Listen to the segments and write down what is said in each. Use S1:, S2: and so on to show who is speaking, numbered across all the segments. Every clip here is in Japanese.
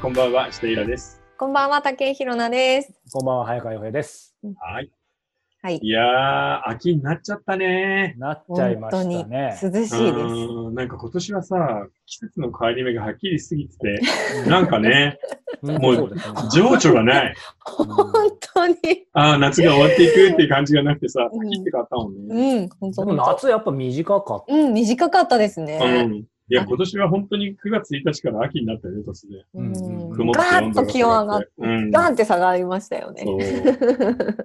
S1: こんばんは、下平です。
S2: こんばんは、竹井ひろなです。
S3: こんばんは、早川洋平です。
S1: はい。
S2: はい。
S1: いやー、秋になっちゃったね。
S3: なっちゃい
S2: 本
S3: ま
S2: 当
S3: し
S2: に
S3: たね。
S2: 涼しいです。
S1: うーんなんか今年はさ、季節の変わり目がはっきりしすぎてて、なんか ね、
S3: うん
S1: もう
S3: そうですね
S1: 情緒がない。
S2: 本当に。
S1: ああ、夏が終わっていくっていう感じがなくてさ、秋って変わったもんね。
S2: うん、本
S3: で
S2: 当
S3: も夏やっぱ短かっ
S2: うん、短かったです
S1: う
S2: ね。
S1: ん。いや、今年は本当に9月1日から秋になったよね、突然。
S2: う
S3: うんん
S1: 曇って
S2: ガー
S1: 温
S2: ッ
S1: 度
S2: と
S1: が
S2: 気温上が
S1: 下
S2: っ
S1: が
S2: て
S1: っ、うん。
S2: ガーンって下がりましたよね。。
S1: そう。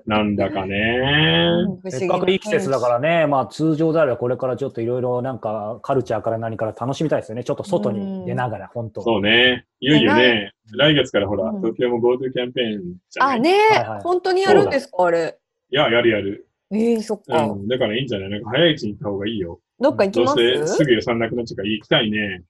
S1: なんだかね。
S3: た。せっかくいい季節だかららね、まあ通常であればこれからちょっといろいろなんかカルチャーから何から楽しみたいですよね。ちょっと外に出ながら、本当。
S1: そうね。いよいよね、来月からほら、
S2: うん
S1: 東京も GoTo キャンペーンじゃない
S2: あ、ね
S3: はいはい
S2: 本当にやるんですか、あれ。
S1: いや、やるやる。
S2: ええ、そっか
S1: う。ん。だからいいんじゃないなんか早いうちに行った方がいいよ。
S2: どっか行き
S1: どう
S2: ま
S1: せ
S2: す
S1: すぐ予算なくなっちゃうから行きたいね。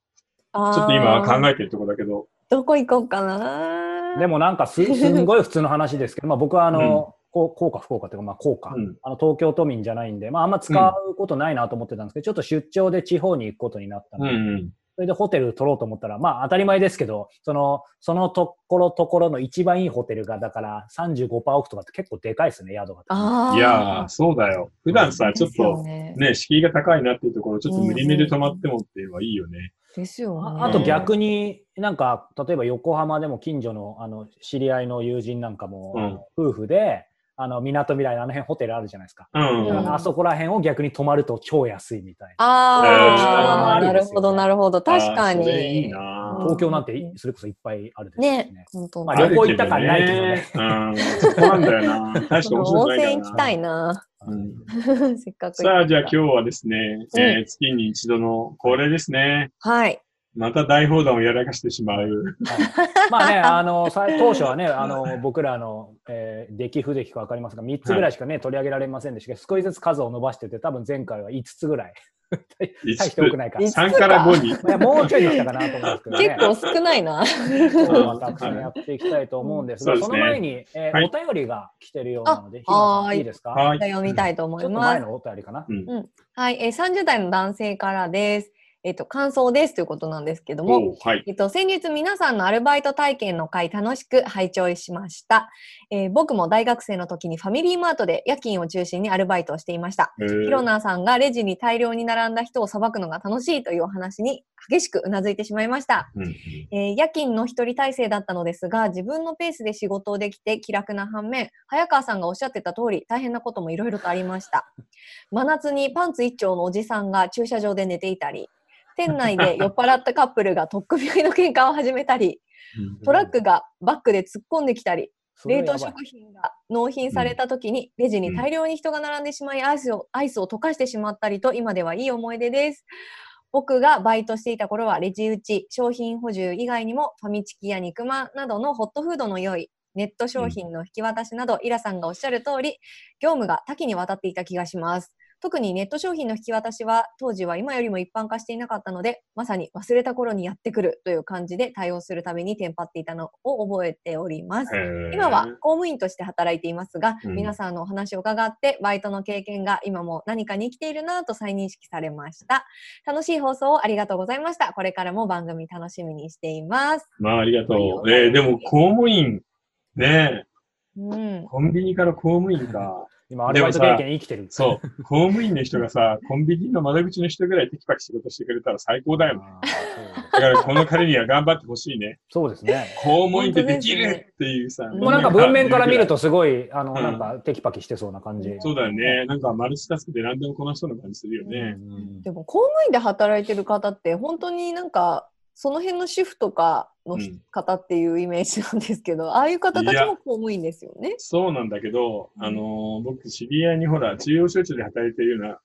S2: ちょ
S1: ちょっと今考えてるとこだけど。
S2: どこ行こうかな。
S3: で、もなんかすすんごい普通の話ですけど、まあ僕はあの、こう効果不効果というか、まあ効果。
S1: うん。
S3: あの東京都民じゃないんで、まああんま使うことないなと思ってたんですけど、ちょっと出張で地方に行くことになった
S1: う
S3: ので、
S1: ん。
S3: それでホテル取ろうと思ったら、まあ当たり前ですけど、その、そのところところの一番いいホテルが、だから35%オフとかって結構でかいですね、宿が。
S2: ああ。
S1: いやー、そうだよ。普段さ、ちょっ
S2: ですよ
S1: と
S2: ね。
S1: ね、敷居が高いなっていうところ、ちょっと無理めで泊まってもっていうのはいいよね。
S2: ですよね。
S3: ああと逆になんか、例えば横浜でも近所のあの知り合いの友人なんかも、夫婦で、あの、港未来のあの辺ホテルあるじゃないですか。
S1: うん。
S2: う
S3: だから
S2: ん
S3: あそこら辺を逆に泊まると超安いみたいな。
S2: ああ、
S1: えー
S2: なるほど、なるほど。確か
S1: あーそれいい
S2: に。
S1: な
S2: うん
S3: 東京なんてそれこそいっぱいあるですよね。
S2: ね、本当
S3: まあ
S2: だ
S3: 旅行行った感ないけどね
S1: あるけどね。うん。そこなんだよな。大して面白く
S2: 温
S1: ないからな
S2: 泉行きたいな。
S1: うん
S2: せっかく。
S1: さあ、じゃあ今日はですね、えー
S2: う
S1: 月に一度の恒例ですね。
S2: 日。はい。
S1: また大砲弾をやらかしてしまう。
S3: はいまあね、あの、さい当初はね、あの、僕らの、えー、出来不出来か分かりますが、3つぐらいしかね、取り上げられませんでしたけど、少しずつ数を伸ばしてて、多分前回は5つぐらい。大して多くないから。
S2: いつ
S1: 3から5に。
S3: まあもうちょいできたかなと思うんですけど
S2: 結
S3: ね。
S2: 構少ないな。
S3: 結構私もやっていきたいと思うんですが、
S1: はい
S3: その前に、えー
S1: はい
S3: お便りが来てるようなので、
S2: あはー
S3: ひろさん、
S2: い
S3: いいですか
S1: は
S2: じゃあ
S1: い。
S2: 読みたいと思
S3: ちょ
S2: い
S3: っと前
S2: ます。
S3: のお便りかな。
S1: うん
S2: はい、えー、30代の男性からです。えっ、と、感想ですということなんですけども、
S1: おうはい。
S2: えっと、先日皆さんのアルバイト体験の会楽しく拝聴しました、えー僕も大学生の時にファミリーマートで夜勤を中心にアルバイトをしていました。
S1: え
S2: ヒロナーさんがレジに大量に並んだ人を裁くのが楽しいというお話に激しくうなずいてしまいました。
S1: うん
S2: えー夜勤の一人体制だったのですが、自分のペースで仕事をできて気楽な反面、早川さんがおっしゃってた通り、大変なこともいろいろとありました。真夏にパンツ一丁のおじさんが駐車場で寝ていたり、店内で酔っ払ったカップルが取っ組み合いの喧嘩を始めたり、トラックがバックで突っ込んできたり、冷凍食品が納品された時にレジに大量に人が並んでしまいアイスをアイスを溶かしてしまったりと今ではいい思い出です僕がバイトしていた頃はレジ打ち商品補充以外にもファミチキや肉まんなどのホットフードの用意ネット商品の引き渡しなど、イラさんがおっしゃる通り業務が多岐にわたっていた気がします特にネット商品の引き渡しは当時は今よりも一般化していなかったのでまさに忘れた頃にやってくるという感じで対応するためにテンパっていたのを覚えております
S1: えー
S2: 今は公務員として働いていますが、
S1: うん
S2: 皆さんのお話を伺ってバイトの経験が今も何かに生きているなぁと再認識されました楽しい放送をありがとうございましたこれからも番組楽しみにしています、
S1: まあ、ありがとう。えーでも公務員、ねえ
S2: うん、
S1: コンビニから公務員か。
S3: 今、アルバイト経験生きてる。
S1: そう。公務員の人がさ、コンビニの窓口の人ぐらいテキパキ仕事してくれたら最高だよね。
S3: あーそう
S1: だからこの彼には頑張ってほしいね。
S3: そうですね。
S1: 公務員ってできるっていうさ。
S2: 本当ですね
S3: もうなんか文面から見るとすごい、あ
S1: う
S3: の、
S1: ん
S3: なんかテキパキしてそうな感じ。
S1: そうだよね。なんかマルチタスクで何でもこなしそうな感じするよね。
S3: うん
S2: でも公務員で働いてる方って本当になんかその辺の主婦とかの
S1: うん
S2: ひ方っていうイメージなんですけど、ああいう方た
S1: い
S2: ち
S1: や
S2: も公務員ですよね。
S1: そうなんだけど、あのー僕、知り合いにほら、中央省庁で働いてるような、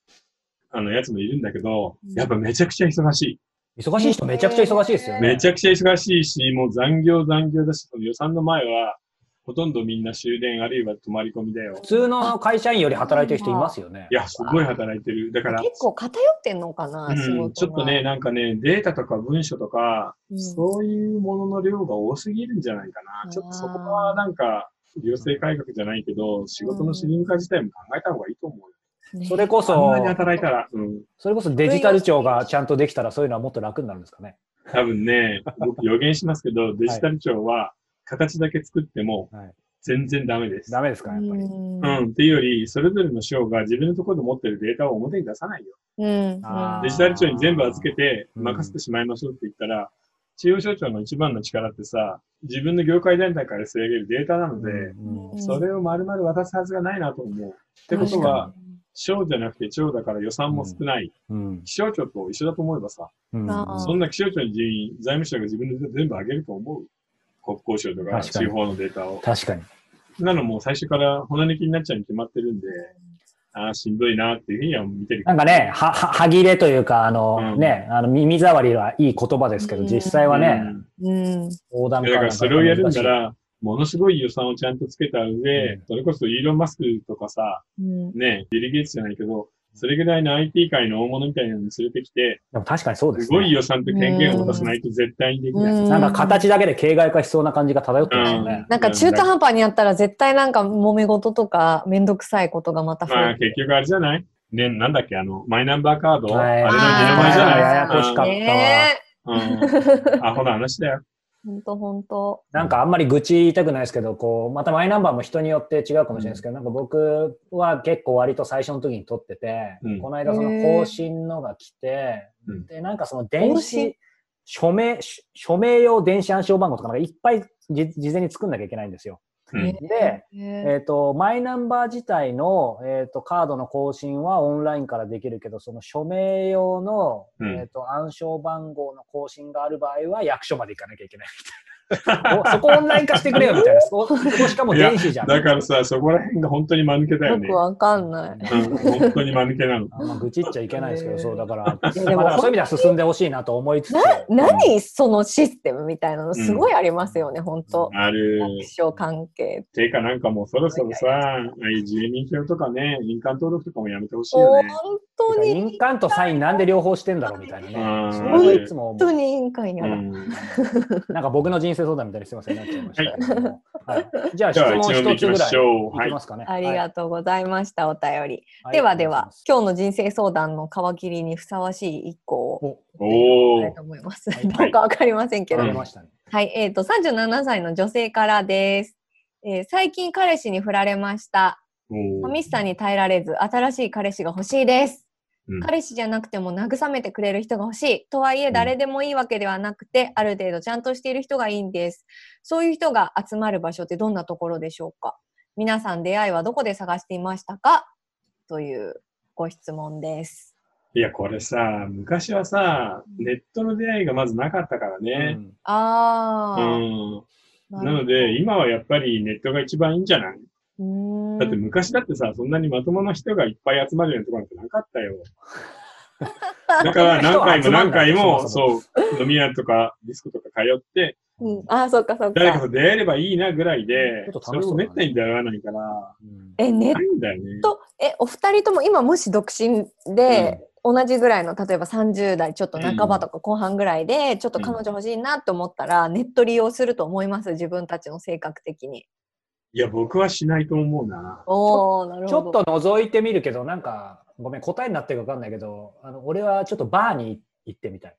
S1: あの、やつもいるんだけど
S2: うん、
S1: やっぱめちゃくちゃ忙し
S3: 忙しい人めちゃくちゃ忙しいですよ
S1: い。
S3: ね。
S1: めち
S3: ゃ
S1: ゃくちゃ忙しいし、もう残業残業だし、その予算の前は、ほとんどみんな終電あるいは泊まり込みだよ。
S3: 普通の会社員より働いてる人いますよね。
S1: いや、すごい働いてる。だから、
S2: 結構偏ってんのかな、仕
S1: う
S2: 事
S1: ん、ちょっとね、なんかね、データとか文書とか、
S2: うん
S1: そういうものの量が多すぎるんじゃないか
S2: あー
S1: な。ちょっとそこはなんか、行政改革じゃないけど、仕事の主任化自体も考えた方がいいと思うよ。
S2: ね
S3: それこ
S1: そん
S3: そ
S1: なに、働いたら、うん。
S3: それこそデジタル庁がちゃんとできたらそういうのはもっと楽になるんですかね。
S1: 多分ね、僕予言しますけど、デジタル庁は形だけ作っても
S3: はい、
S1: 全然ダメです。
S3: ダメですか、やっぱり。
S1: う
S2: うん
S1: ん、っていうより、それぞれの省が自分のところで持ってるデータを表に出さないよ。
S2: うん
S3: あー
S1: デジタル庁に全部預けて
S3: うん
S1: 任せてしまいましょうって言ったら、中央省庁の一番の力ってさ、自分の業界団体から吸い上げるデータなので、
S3: うん
S2: うん
S1: それを丸々渡すはずがないなと思う。ってことは、省じゃなくて庁だから予算も少ない。
S3: うん
S1: 気象庁と一緒だと思えばさ、
S3: うん
S2: あー
S1: そんな気象庁に人員、財務省が自分で全部上げると思う国交省とか
S3: 確かに
S1: 地方のデータを。
S3: 確かに。
S1: なのもう最初から骨抜きになっちゃうに決まってるんで、ああ、しんどいなっていうふうには見てるけど
S3: なんかね、は、は、歯切れというか、あの、
S1: うん
S3: ね、あの、耳障りはいい言葉ですけど、
S2: うん
S3: 実際はね、
S2: うん
S3: 横
S1: う
S3: 断
S1: ん
S3: 化
S1: いやだ
S3: な
S1: か
S3: ん
S1: らそれをやるんな
S3: 難しい、
S1: ら、ものすごい予算をちゃんとつけた上、
S3: うん
S1: それこそイーロン・マスクとかさ、
S2: うん
S1: ね、ビル・ゲイツじゃないけど、それぐらいの IT 界の大物みたいなのに連れてきて、
S3: でも確かにそうですす、
S1: ごい
S3: ね。
S1: 予算と権限を渡さないと絶対にできない。
S2: うん
S3: なんか形だけで形骸化しそうな感じが漂ってますよね。
S2: なんか中途半端にやったら絶対なんか揉め事とかめんどくさいことがまた増
S1: まあ
S2: えて
S1: 結局あれじゃないね、なんだっけ、あの、マイナンバーカード、
S3: はい
S1: あれの二の前じゃない
S2: あーやや
S3: こしかった
S1: う
S2: ね
S1: ん、アホな話だよ。
S2: え。ほんとほんと。
S3: なんかあんまり愚痴言いたくないですけど、こう、またマイナンバーも人によって違うかもしれないですけど、なんか僕は結構割と最初の時に取ってて、
S1: うん
S3: この間その更新のが来て、
S1: うん
S3: で、なんかその電
S2: 更
S3: 子
S2: 新、
S3: 署名、署名用電子暗証番号とかなんかいっぱいじ事前に作んなきゃいけないんですよ。
S1: うん
S3: で、
S2: え
S3: えっ、と、マイナンバー自体の、えっ、と、カードの更新はオンラインからできるけど、その署名用の、
S1: うん
S3: えっ、と、暗証番号の更新がある場合は、役所まで行かなきゃ いけないみたいな。おそこオンライン化してくれよみたいな。そこしかも電子じゃん。
S1: だからさ、そこら辺が本当に間抜けだよ
S2: よ
S1: ね
S2: く。わかんない。
S1: うん、本当に間抜けなの。
S3: あんま愚痴っちゃいけないですけど、
S2: へー
S3: そう、だから、まあだ
S2: でも
S3: からそういう意味では進んでほしいなと思いつつ。
S2: 何そのシステムみたいなのすごいありますよね、ほんと。
S1: ある。
S2: 役所関係。
S1: ていうかなんかもうそろそろさ、ああいう住民票とかね、印鑑登録とかもやめてほしいよ
S2: 本
S1: ね。
S2: 当に、
S3: 印鑑とサインなんで両方してんだろうみたい
S1: う
S3: な
S1: ん
S3: ね。それはいつ
S2: 本
S3: も思う
S2: 当に委員会に
S1: う
S2: ある。
S1: ん、
S3: なんか僕の人生相談みたいにすみません、なっちゃいましたけれども。はい、じゃあ質
S1: じゃあ
S3: 問
S1: 一応
S3: 一つぐら
S1: 行
S3: い
S1: きましょう。
S3: い
S1: はい
S3: きま。すかね。
S2: ありがとうございました、お便り。
S3: はい
S2: ではでは、
S3: 今
S2: 今日の人生相談の皮切りにふさわしい一個を。
S3: 日
S1: お
S2: やりた
S1: ー
S2: いと思います。
S3: はい
S2: なんかわかりませんけ
S3: 決
S2: ど。
S1: う
S3: め
S1: ん
S3: ましたね。
S2: はい、えっ、と、37歳の女性からです。えー最近彼氏に振られました。
S1: おー
S2: 寂しさに耐えられず、新しい彼氏が欲しいで
S1: う
S2: す。
S1: ん
S2: 彼氏じゃなくても慰めてくれる人が欲しい。とはいえ、誰でもいいわけではなくて、ある程度ちゃんとしている人がいいんです。そういう人が集まる場所ってどんなところでしょうか皆さん出会いはどこで探していましたかというご質問です。
S1: いや、これさ、昔はさ、ネットの出会いがまずなかったからね。
S2: あ
S1: う
S2: ー。
S1: ん。
S2: る
S1: な
S2: ほど
S1: ので、今はやっぱりネットが一番いいんじゃないう
S2: ーん
S1: だって昔だってさ、そんなにまともな人がいっぱい集まるようなところなんてなかったよ。だから何回も何回も、
S3: そ
S1: そう、飲み屋とかディスコとか通って、
S2: うん、あー、そっかそっ
S1: 誰か
S2: か。
S1: と出会えればいいなぐらいで
S3: ちょ、っと
S1: そ
S3: 楽
S1: れ
S3: しそ
S1: も
S3: うだ
S1: め
S3: ね
S1: ったに出会わないから、
S3: うん
S2: え、ネッ
S1: ないんだよね。
S2: と、え、お二人とも今もし独身で、同じぐらいの、例えば30代ちょっと半ばとか後半ぐらいで、ちょっと彼女欲しいなと思ったら、ネット利用すると思います、自分たちの性格的に。
S1: いや、僕はしないと思うな。
S2: おおなる
S3: ちょ
S2: ほ
S3: っ
S2: ど。
S3: と覗いてみるけど、なんか、ごめん、答えになってるかわかんないけど、あの俺はちょっとバーに行ってみたい。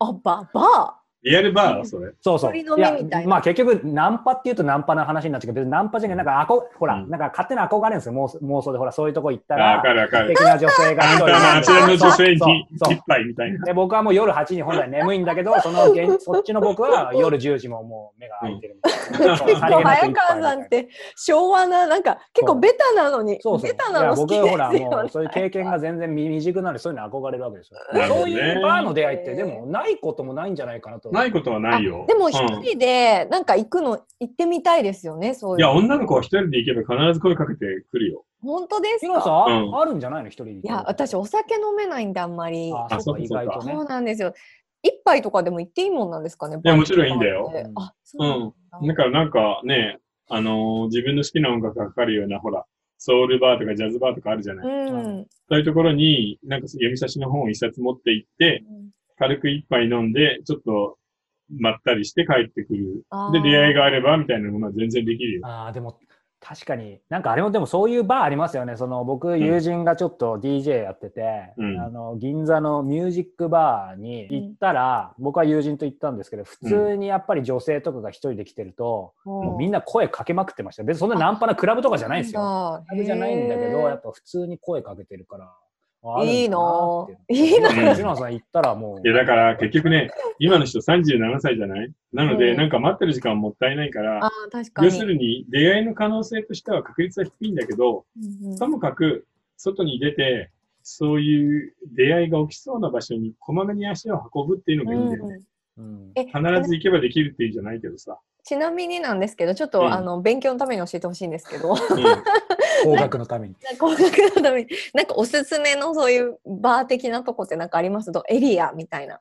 S2: あ、ば、ば。
S1: リアルバーはそれ。
S3: そうそう。
S2: 鳥の目みたいな
S3: まあ結局、ナンパっていうとナンパな話になっちゃうけど、別にナンパじゃなくて、なんかあこ、ほら、
S1: うん
S3: なんか勝手な憧れるんですよ、妄想妄想で。ほら、そういうとこ行った
S1: あわ
S3: ら、
S1: かるわかる
S3: 素敵。な女性が
S1: あ
S3: 一
S1: んた
S3: 人
S1: のあちらの女性
S3: そう
S1: に
S3: そう
S1: 一杯みたいな。
S3: で僕はもう夜8時に本来眠いんだけど、その現そっちの僕は夜10時ももう目が開いてるみ たいな。
S2: 結構早川さんっ。て昭和な、なんか結構ベタなのに、
S3: そうそう。
S2: ベタなの好き
S3: い
S2: で
S3: や
S2: すよ、
S3: 僕ほら
S2: ね。
S3: もうそういう経験が全然み 未熟なのでそういうの憧れるわけですよ。
S1: なるほ
S3: そ
S1: ど
S3: う
S1: ね
S3: いうバーの出会いってでもないこともないんじゃないかなと。
S1: ないことはないよ。
S2: でも一
S1: うん
S2: 人でなんか行くの、行ってみたいですよね、そう
S1: い
S2: いう
S1: や、
S2: の。
S1: 女の子は一人で行けば必ず声かけてくるよ。
S2: 本当です
S3: ヒロさ
S2: か
S3: ん、
S1: うん
S3: あるんじゃないの一人で行っ
S2: い
S3: て
S2: や、私お酒飲めないんであんまり。
S3: あ、そうか、意外とね
S2: そ。うなんですよ。一杯とかでも行っていいもんなんですかね。
S1: やもちろんいいんだよ
S2: バーって
S3: うん
S2: あ、そう
S1: う
S2: なんだ
S1: ん。だからなんかね、あのー自分の好きな音楽がかかるような、ほら、ソウルバーとかジャズバーとかあるじゃない。
S2: うん。
S1: そういうところに、なんか読み差しの本を一冊持って行って、軽く一杯飲んで、ちょっと、まったりして帰ってくる。
S2: あー
S1: で、出会いがあれば、みたいなものは全然できるよ。
S3: ああ、でも確かに、なんかあれもでもそういうバーありますよね。その僕、友人がちょっと DJ やってて、
S1: うん
S3: あの、銀座のミュージックバーに行ったら、僕は友人と行ったんですけど、普通にやっぱり女性とかが一人で来てると、もうみん
S2: な
S3: な声かけまくってました。別にそんなナンパなクラブとかじゃないんですよ。
S2: よ
S3: クラブじゃないんだけど、やっぱ普通に声かけてるから。あある
S2: いい
S3: んだ
S2: な
S3: な
S2: ぁ
S3: って
S2: いいな
S1: ぁ
S3: うちのさん行ったらもう。
S1: いや、だから結局ね、今の人37歳じゃないなので、
S2: うん
S1: なんか待ってる時間もったいないから
S2: あ、ー確かに
S1: 要するに出会いの可能性としては確率は低いんだけど、
S2: うんうん
S1: ともかく外に出て、そういう出会いが起きそうな場所にこまめに足を運ぶっていうのがいいんだよね。
S2: うん
S3: うん
S2: え
S1: 必ず行けばできるっていうんじゃないけどさ。
S2: ちなみになんですけど、ちょっと、
S1: うん
S2: あの勉強のために教えてほしいんですけど、
S1: うん
S3: 工学のために。
S2: 工学のために、 なんかおすすめのそういうバー的なとこってなんかありますとエリアみたいな。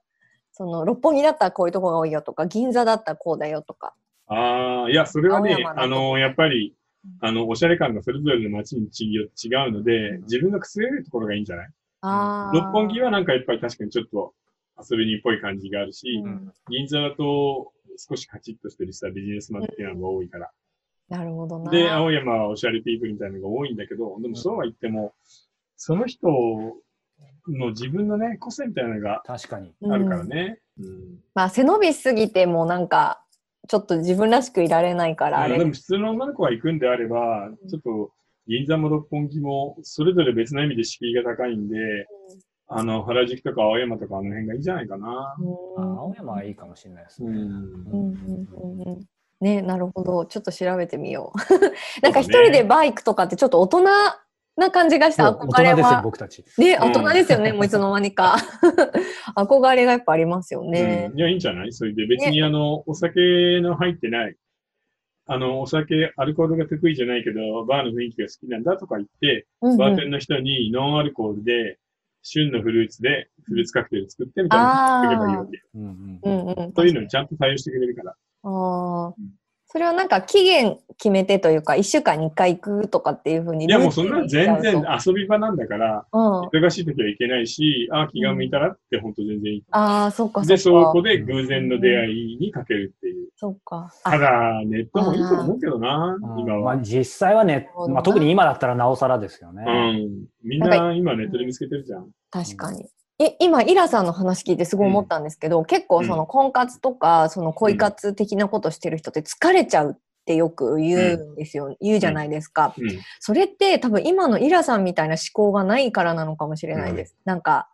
S2: その六本木だったらこういうとこが多いよとか、銀座だったらこうだよとか。
S1: ああ、いや、それは
S2: 青
S1: ね、
S2: 山だと
S1: あの、やっぱり、あの、おしゃれ感がそれぞれの街に違う違うので、自分のくすれるところがいいんじゃない
S2: あー
S1: 六本木はなんかやっぱり確かにちょっと遊びにっぽい感じがあるし、
S2: うん
S1: 銀座だと少しカチッとしてるさ、ビジネスマンっていうのが多いから。
S2: なるほどな。
S1: で、青山はおしゃれピープルみたいなのが多いんだけど、でもそうは言っても、その人の自分のね、個性みたいなのが
S3: 確かに。
S1: あるから
S2: うん
S1: ね。うん
S2: まあ背伸びしすぎてもうなんかちょっと自分らしくいられないからあ
S1: あ
S2: れ。
S1: でも普通の女の子が行くんであれば、ちょっと銀座も六本木もそれぞれ別の意味で敷居が高いんで、あの、原宿とか青山とかあの辺がいいんじゃないかな。
S3: あ青山はいいかもしれないです
S1: う
S3: ね。
S1: ん
S2: うんうんうんうんね、なるほど。ちょっと調べてみよう。 なんか一人でバイクとかってちょっと大人な感じがした
S3: そう
S2: 憧れ
S3: 大人ですよ、
S2: は。
S3: 僕たち。
S2: ね、
S1: うん
S2: 大人ですよね、もういつの間 にか。憧れがやっぱありますよね
S1: う。んいや、いいんじゃないそれで別にあの、お酒の入ってない、あの、お酒、アルコールが得意じゃないけど、バーの雰囲気が好きなんだとか言って、
S2: うんう
S1: バー
S2: ん
S1: テンの人にノンアルコールで、旬のフルーツで、フルーツカクテル作ってみたいなのを作ればいいわけよ。
S3: うん
S2: う
S3: うん
S2: んうん
S1: そういうのにちゃんと対応してくれるから。
S2: あーそれはなんか期限決めてというか、1週間に1回行くとかっていうふうに。
S1: いや、もうそんなの
S2: ルーティン
S1: 全
S2: にしちゃう
S1: 然
S2: と
S1: 遊び場なんだから、
S2: うん、
S1: 忙しい時はいけないし、ああ、気が向いたらって本当全然いい。
S2: ああ、そっかそ
S1: で、
S2: っ
S1: そ
S2: か
S1: こ。で偶然の出会いにかけるっていう。
S2: そっか。
S1: ただ、ネットもいいと思うけどな、今
S3: ま
S1: は
S3: あ。実際はね
S2: なるほ、どな
S3: まあ、特に今だったらなおさらですよ
S1: う
S3: ね。
S1: ん。みん
S2: なん
S1: な今ネットで見つけてるじゃん。
S2: 確かに。え今イラさんの話聞いてすごい思ったんですけど、結構その婚活とかその恋活的なことしてる人って疲れちゃうってよく言うんですよ、言うじゃないですか、
S1: うん。
S2: それって多分今のイラさんみたいな思考がないからなのかもしれないです、なんか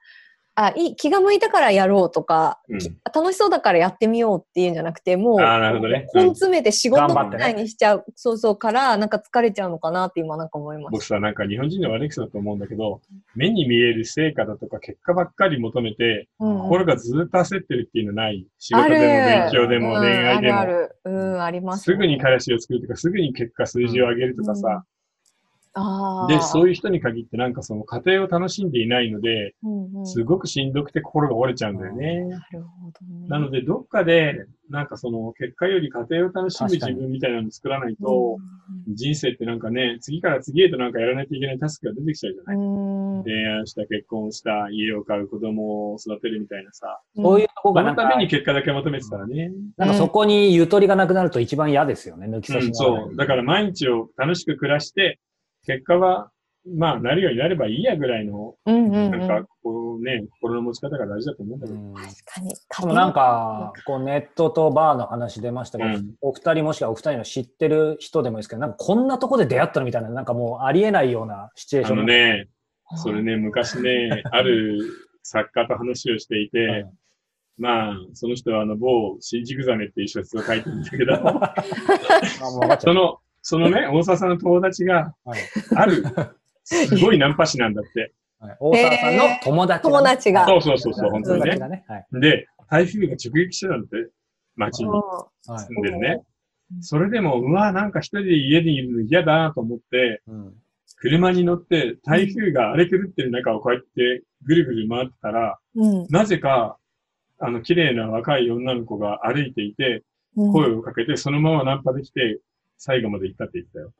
S2: あいい気が向いたからやろうとか、
S1: うん
S2: き楽しそうだからやってみようっていうんじゃなくてもう
S1: ああ、なるほどね。う
S2: 根
S1: ん
S2: 詰めて仕事
S3: 頑張っ
S2: み
S3: てね
S2: たいにしちゃう、そうそうからなんか疲れちゃうのかなって今なんか思いま
S1: 僕
S2: した。
S1: さ、なんか日本人の悪い癖だと思うんだけど、目に見える成果だとか結果ばっかり求めて、
S2: うん
S1: 心がずっと焦ってるっていうのない。仕事でも
S2: あ
S1: 勉
S2: る
S1: 強でも
S2: うん
S1: 恋愛で
S2: あ
S1: も。
S2: るある。うん、ありますすね、
S1: ぐに彼氏を作るとか、すぐに結果数字を上げるとかさ。
S2: あ
S1: で、そう
S2: い
S1: いう人に限ってなんかその家庭を楽しんでいないので、
S2: うん、うん、
S1: すごくしんどくて心が折れちゃうんだよね。
S2: なるほどね。
S1: なので、どっかで、なんかその結果より家庭を楽しむ
S3: 確
S1: 自
S3: かに
S1: 分みたいなのを作らないと、
S2: う
S1: 人生ってなんかね、次から次へとなんかやらないといけないタスクが出てきちゃうじゃない、
S2: ん、うん、
S1: 恋愛した、結婚した、家を買う、子供を育てるみたいなさ。
S3: そういうとこ
S1: そ
S3: がな
S1: の
S3: ん
S1: た
S3: か
S1: め、に結果だけ求めてたらね。
S3: なんかそこにゆとりがなくなると一番嫌ですよね、抜き差し
S1: うん、
S3: ならない
S1: そう。だから毎日を楽しく暮らして、結果は、まあ、なるようになればいいやぐらいの、
S2: うんうんうん、
S1: なんか、こうね、心の持ち方が大事だと思うんだけ
S3: う
S1: ど。
S3: ん
S2: 確かに。
S3: でもなんか、こうネットとバーの話出ましたけど、
S1: うん
S3: お二人もしくはお二人の知ってる人でもいいですけど、なんかこんなとこで出会ったのみたいな、なんかもうありえないようなシチュエーシ
S1: あ
S3: ョ
S1: の
S3: ンが
S1: ね、それね、昔ね、ある作家と話をしていて、まあ、その人はあの、某、新宿ザメっていう小説を書いてるんだけど、
S3: あもう分かっちゃ
S1: そ
S3: っ
S1: の、そのね、大沢さんの友達が、
S3: た。はい
S1: ある、すごいナンパ師なんだって。
S3: はい大沢さんの友達がね、
S2: 友達が
S1: そうそうそうそう、本当に
S3: 友達
S1: ね。
S3: がね。はい。
S1: で、台風が直撃してたんだって、街に
S2: う
S3: はい
S1: 住んでるね。それでも、うわ、なんか一人で家にいるの嫌だなと思って、
S3: うん
S1: 車に乗って、台風が荒れ狂ってる中をこうやってぐるぐる回ってたら、
S2: ん
S1: なぜか、あの、綺麗な若い女の子が歩いていて、
S2: うん、
S1: 声をかけて、そのままナンパできて、最後まで行ったって言ってたよ。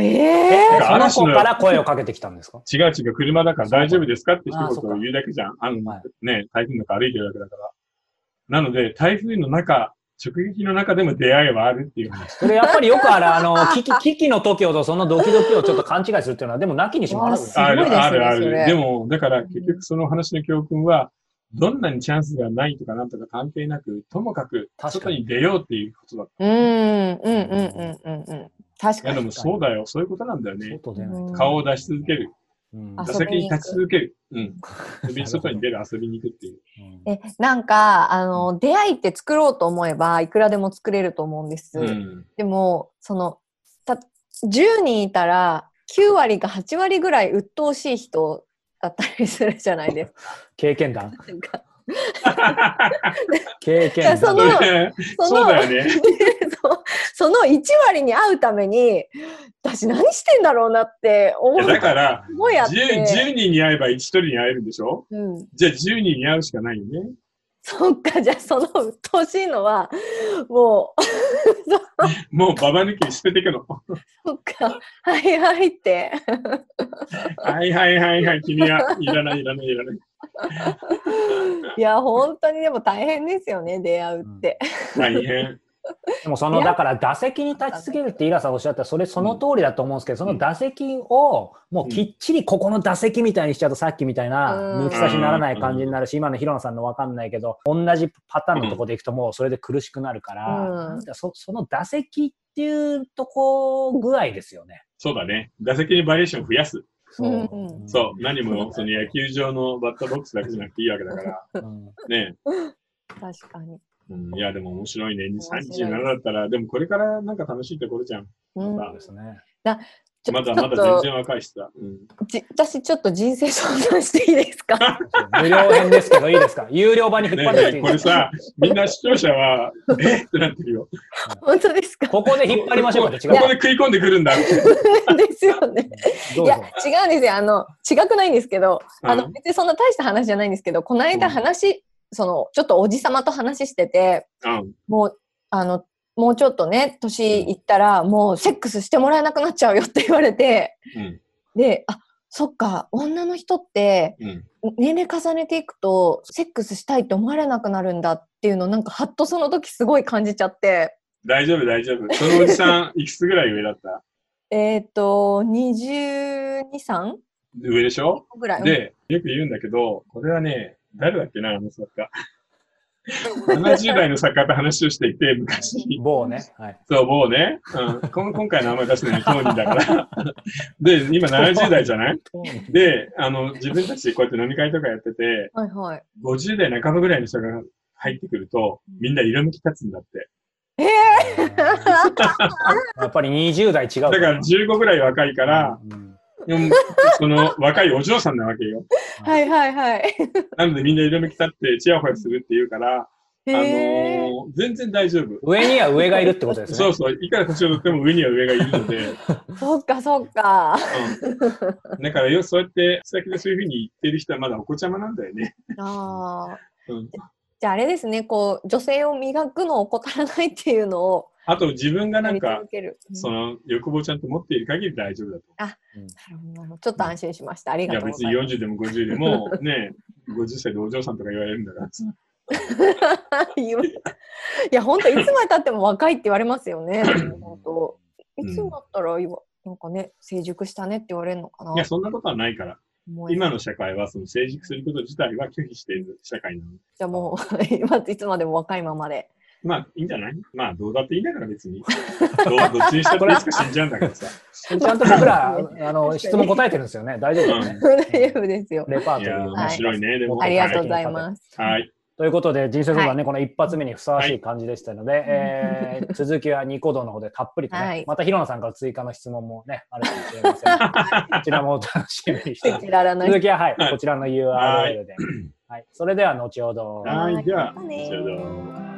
S2: え
S1: だ
S2: え
S1: から嵐
S3: その子
S1: の
S3: から声をかけてきたんですか
S1: 違う違う、車だから大丈夫ですかって一
S3: あーそっか
S1: 言言うだけじゃん。あの
S3: はい、
S1: ね、台風の中歩いてるだけだから。なので、台風の中、直撃の中でも出会いはあるっていう話。
S3: これやっぱりよくある、 あの、危機危機の時ほどそのドキドキをちょっと勘違いするっていうのは、でもなきにしもあらずです
S2: わ
S1: あ
S2: ごいですね
S1: るあるあ
S2: それ
S1: る。でも、だから結局その話の教訓は、どんなにチャンスがないとかなんとか関係なく、ともかく
S3: 確か
S1: 外
S3: に
S1: に出ようっていうことだっ
S2: うんうんうんうんうんうん。確
S1: た。い
S2: か
S1: やで
S2: に。
S1: もそうだよ、そういうことなんだよね。
S3: 外出ないと
S1: 顔を出し続ける。
S3: うん
S2: あ
S1: 打
S2: そう
S1: 席に立ち続ける。うん。遊び外に出る、遊びに行くっていう。
S3: うん
S2: えなんかあの出会いって作ろうと思えばいくらでも作れると思うんです、
S1: うん。
S2: でもそのた10人いたら9割か8割ぐらい鬱陶しい人だったりするじゃない ですか。
S3: 経験談
S2: なんか
S3: 経
S2: いや
S3: 験
S2: そ
S3: 談
S2: の
S1: それ
S2: その
S1: そうだよね。
S2: そうその1割に会うために私何してんだろうなって思
S1: いや
S2: う
S1: だから、
S2: 思いあって、
S1: 10, 10人に会えば1人に会えるんでしょ
S2: うん、
S1: じゃあ10人に会うしかないよね。
S2: そっかじゃあその鬱陶しいのはもう
S1: もうババ抜きに捨てていく の。
S2: そっか はいはいって
S1: はいはいはいはい、君はいらないいらないいらない。
S2: いや本当にでも大変ですよね出会うって。
S1: 大変。
S3: でもそのだから打席に立ち続けるってイラさんおっしゃったそれその通りだと思うんですけど、その打席をもうきっちりここの打席みたいにしちゃうとさっきみたいな
S2: うん
S3: 抜き差しにならない感じになるし、今の広野さんの分かんないけど同じパターンのとこでいくともうそれで苦しくなるから、
S2: うん
S3: なんかそその打席っていうとこ具合ですよね。
S1: そうだね。打席にバリエーション増やす。
S3: そ
S2: うんうん
S1: そう。何もその野球場のバッターボックスだけじゃなくていいわけだから。
S3: うん
S1: ね。
S2: 確かに。
S1: うん、いや、でも面白いね。
S2: 白いです
S1: 37だったら、でもこれからなんか楽しいところじゃん。
S2: うん
S1: ま
S3: そうですね。
S2: ちょ
S1: まだ
S2: ちょ
S1: ま
S2: っ
S1: だ
S2: と
S1: 全然若いしさ。うん、
S2: じ私ちょっと人生相談していいで すか
S3: 無料編ですけどいいですか有料版に引っ
S1: ね
S3: 張
S1: えね
S3: ってい
S1: え、
S3: い
S1: こ
S3: で
S1: れ
S3: すか
S1: さ、みんな視聴者は、 えってなってるよ。
S2: 本当ですか
S3: ここで引っ張りましょうかって違
S1: こ
S3: う
S1: こで食い込んでくるんだって。
S2: ですよね。
S3: ど
S2: いう
S3: ぞ
S2: や違うんですよあの違くないんですけど、あ
S1: う
S2: の
S1: ん
S2: 別にそんな大した話じゃないんですけどこの間話、そのちょっとおじさまと話してて
S1: うん。
S2: もうあのもうちょっとね年いったらもうセックスしてもらえなくなっちゃうよって言われて
S1: うん。
S2: であそっか女の人って
S1: うん。
S2: 年齢重ねていくとセックスしたいって思われなくなるんだっていうのをなんかハッとその時すごい感じちゃって
S1: 大丈夫、大丈夫。そのおじさん、いくつぐらい上だった
S2: えっ、と2223
S1: 上でしょ
S2: ぐらい
S1: で、よく言うんだけど、これはね、誰だっけな、あの作 家。70代の作家と話をしていて、昔。
S3: 某ね。はい。
S1: そう、某ね。うん。こん今回名前出してない当人だから。で、今70代じゃないで、あの、自分たちこうやって飲み会とかやってて、
S2: は いはい
S1: 50代半ばぐらいの人が入ってくると、みんな色むき立つんだって。
S2: え
S3: やっぱり20代違う
S1: だ
S3: な
S1: から15ぐらい若いから、
S3: うん
S1: うんその若いお嬢さんなわけよ。
S2: ー、はいはいはい
S1: なのでみんな色むき立って、チヤホヤするって言うから、あの
S2: へー
S1: ー全然大丈夫。
S3: 上には上がいるってことですね。
S1: そうそう、いくら年を取っても上には上がいるので、うん、
S2: そっかそっか
S1: だからよ、そうやって、先でそういうふうに言ってる人はまだお子ちゃまなんだよね。
S2: あー
S1: うん、
S2: じゃああれですねこう女性を磨くのを怠らないっていうのを
S1: あと、自分が
S2: や
S1: なん
S2: り
S1: か
S2: 続、けるうん
S1: その欲望をちゃんと持っている限り大丈夫だと。
S2: なるほどなるほどちょっと安心しましたあり
S1: い
S2: が
S1: や、
S2: とうご
S1: 別
S2: ざ
S1: に
S2: います
S1: 40でも50で も、ね、50歳でお嬢さんとか言われるんだから。
S2: 言われたいや本当いつまでたっても若いって言われますよね本当いつになったらいわなんかね成熟したねって言われるのかない
S1: や、そんなことはないから。
S2: 思い
S1: 今の社会は、その成熟すること自体は拒否している社会なので。
S2: じゃあもう 今いつまでも若いままで
S1: まあ、いいんじゃないまあ、どうだっていいんだから別 に。どうどっちにしたっていつか死んじゃうんだからさ。
S3: ちゃんと僕 ら、あの、質問答えてるんですよね。大丈夫ですね。
S2: 大丈夫ですよ
S3: レパー
S1: い
S3: トリー
S1: や、
S3: を
S1: 面白いね。でも、
S2: ありがとうございます
S1: はい。
S3: ということで、人生相談ね、この一発目にふさわしい感じでしたので、えー 続きはニコ動の方でたっぷりとね、
S2: はい
S3: またヒロノさんから追加の質問もね、あるかもしれませんので。 こちらもお楽しみにしてください。
S2: ららない
S3: 続きは、はい
S1: は、い
S3: こちらの URL で。はい。それでは、後ほど。
S1: はい、では、
S2: またね
S1: 後ほど。